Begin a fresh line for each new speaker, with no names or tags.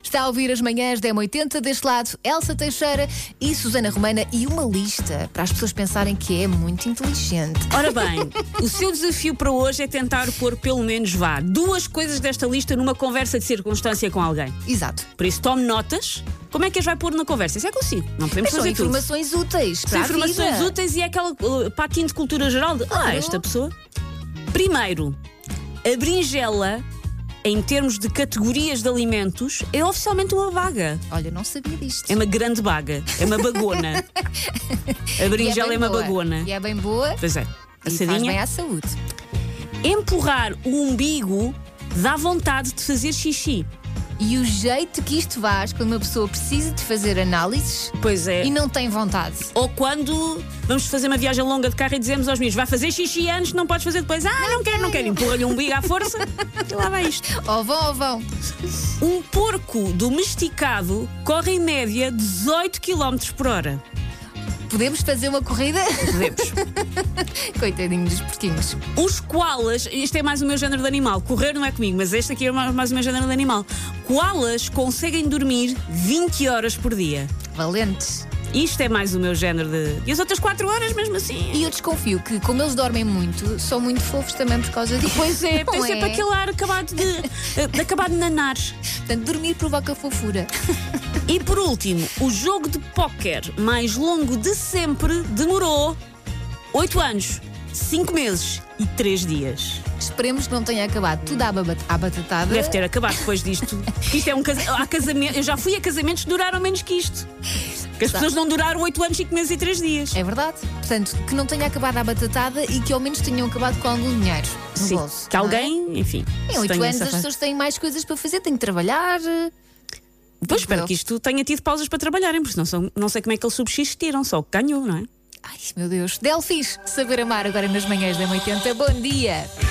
Está a ouvir as manhãs da M80, deste lado Elsa Teixeira e Susana Romana e uma lista para as pessoas pensarem que é muito inteligente.
Ora bem, o seu desafio para hoje é tentar pôr pelo menos vá duas coisas desta lista numa conversa de circunstância com alguém.
Exato.
Por isso, tome notas. Como é que as vai pôr na conversa? Isso é consigo. Não
Mas
podemos
são
fazer tudo.
informações úteis. Então, Para
São
a
informações
vida.
úteis e é aquela uh, patinho de cultura geral de. Ah,
Claro.
esta pessoa. Primeiro, a berinjela, em termos de categorias de alimentos, é oficialmente uma vaga.
Olha, não sabia disto.
É uma grande vaga. É uma bagona. A
E
berinjela
bem
é, uma
boa.
bagona.
E é bem boa
Pois é.
e faz bem
Assadinha.
à saúde.
Empurrar o umbigo dá vontade de fazer xixi.
E o jeito que isto faz quando uma pessoa precisa de fazer análises
Pois é.
e não tem vontade.
Ou quando vamos fazer uma viagem longa de carro e dizemos aos meninos: vai fazer xixi antes, não podes fazer depois. Ah, não, quero, não quero. Empurra-lhe um umbigo à força. e lá vai isto.
Ou vão ou vão.
Um porco domesticado corre em média 18 km por hora.
Podemos fazer uma corrida?
Podemos.
Coitadinho dos porquinhos.
Os koalas, este é mais o meu género de animal, correr não é comigo, mas este aqui é mais mais o meu género de animal. Koalas conseguem dormir 20 horas por dia.
Valentes.
Isto é mais o meu género de. E as outras 4 horas, mesmo assim.
E eu desconfio que, como eles dormem muito, são muito fofos também por causa disso.
Pois é,
Não
tem sempre
é?
aquele ar acabado de, de acabado de nanar.
Portanto, dormir provoca fofura.
E por último, o jogo de póquer mais longo de sempre demorou 8 anos, 5 meses e 3 dias.
Esperemos que não tenha acabado tudo à, baba- à batatada.
Deve ter acabado depois disto. Isto é um casa- há casamento. Eu já fui a casamentos que duraram menos que isto. Que as pessoas não duraram 8 anos, 5 meses e 3 dias.
É verdade. Portanto, que não tenha acabado à batatada e que ao menos tenham acabado com algum dinheiro no
Sim.
bolso.
Que
não é?
alguém, enfim.
Em
se
oito
tenha
anos as
safado.
pessoas têm mais coisas para fazer, têm que trabalhar.
Pois espero que isto tenha tido pausas para trabalharem, porque não, são, não sei como é que eles subsistiram, só o que ganhou, não é?
Ai, meu Deus. Delfis, saber amar agora nas manhãs da 80. Bom dia.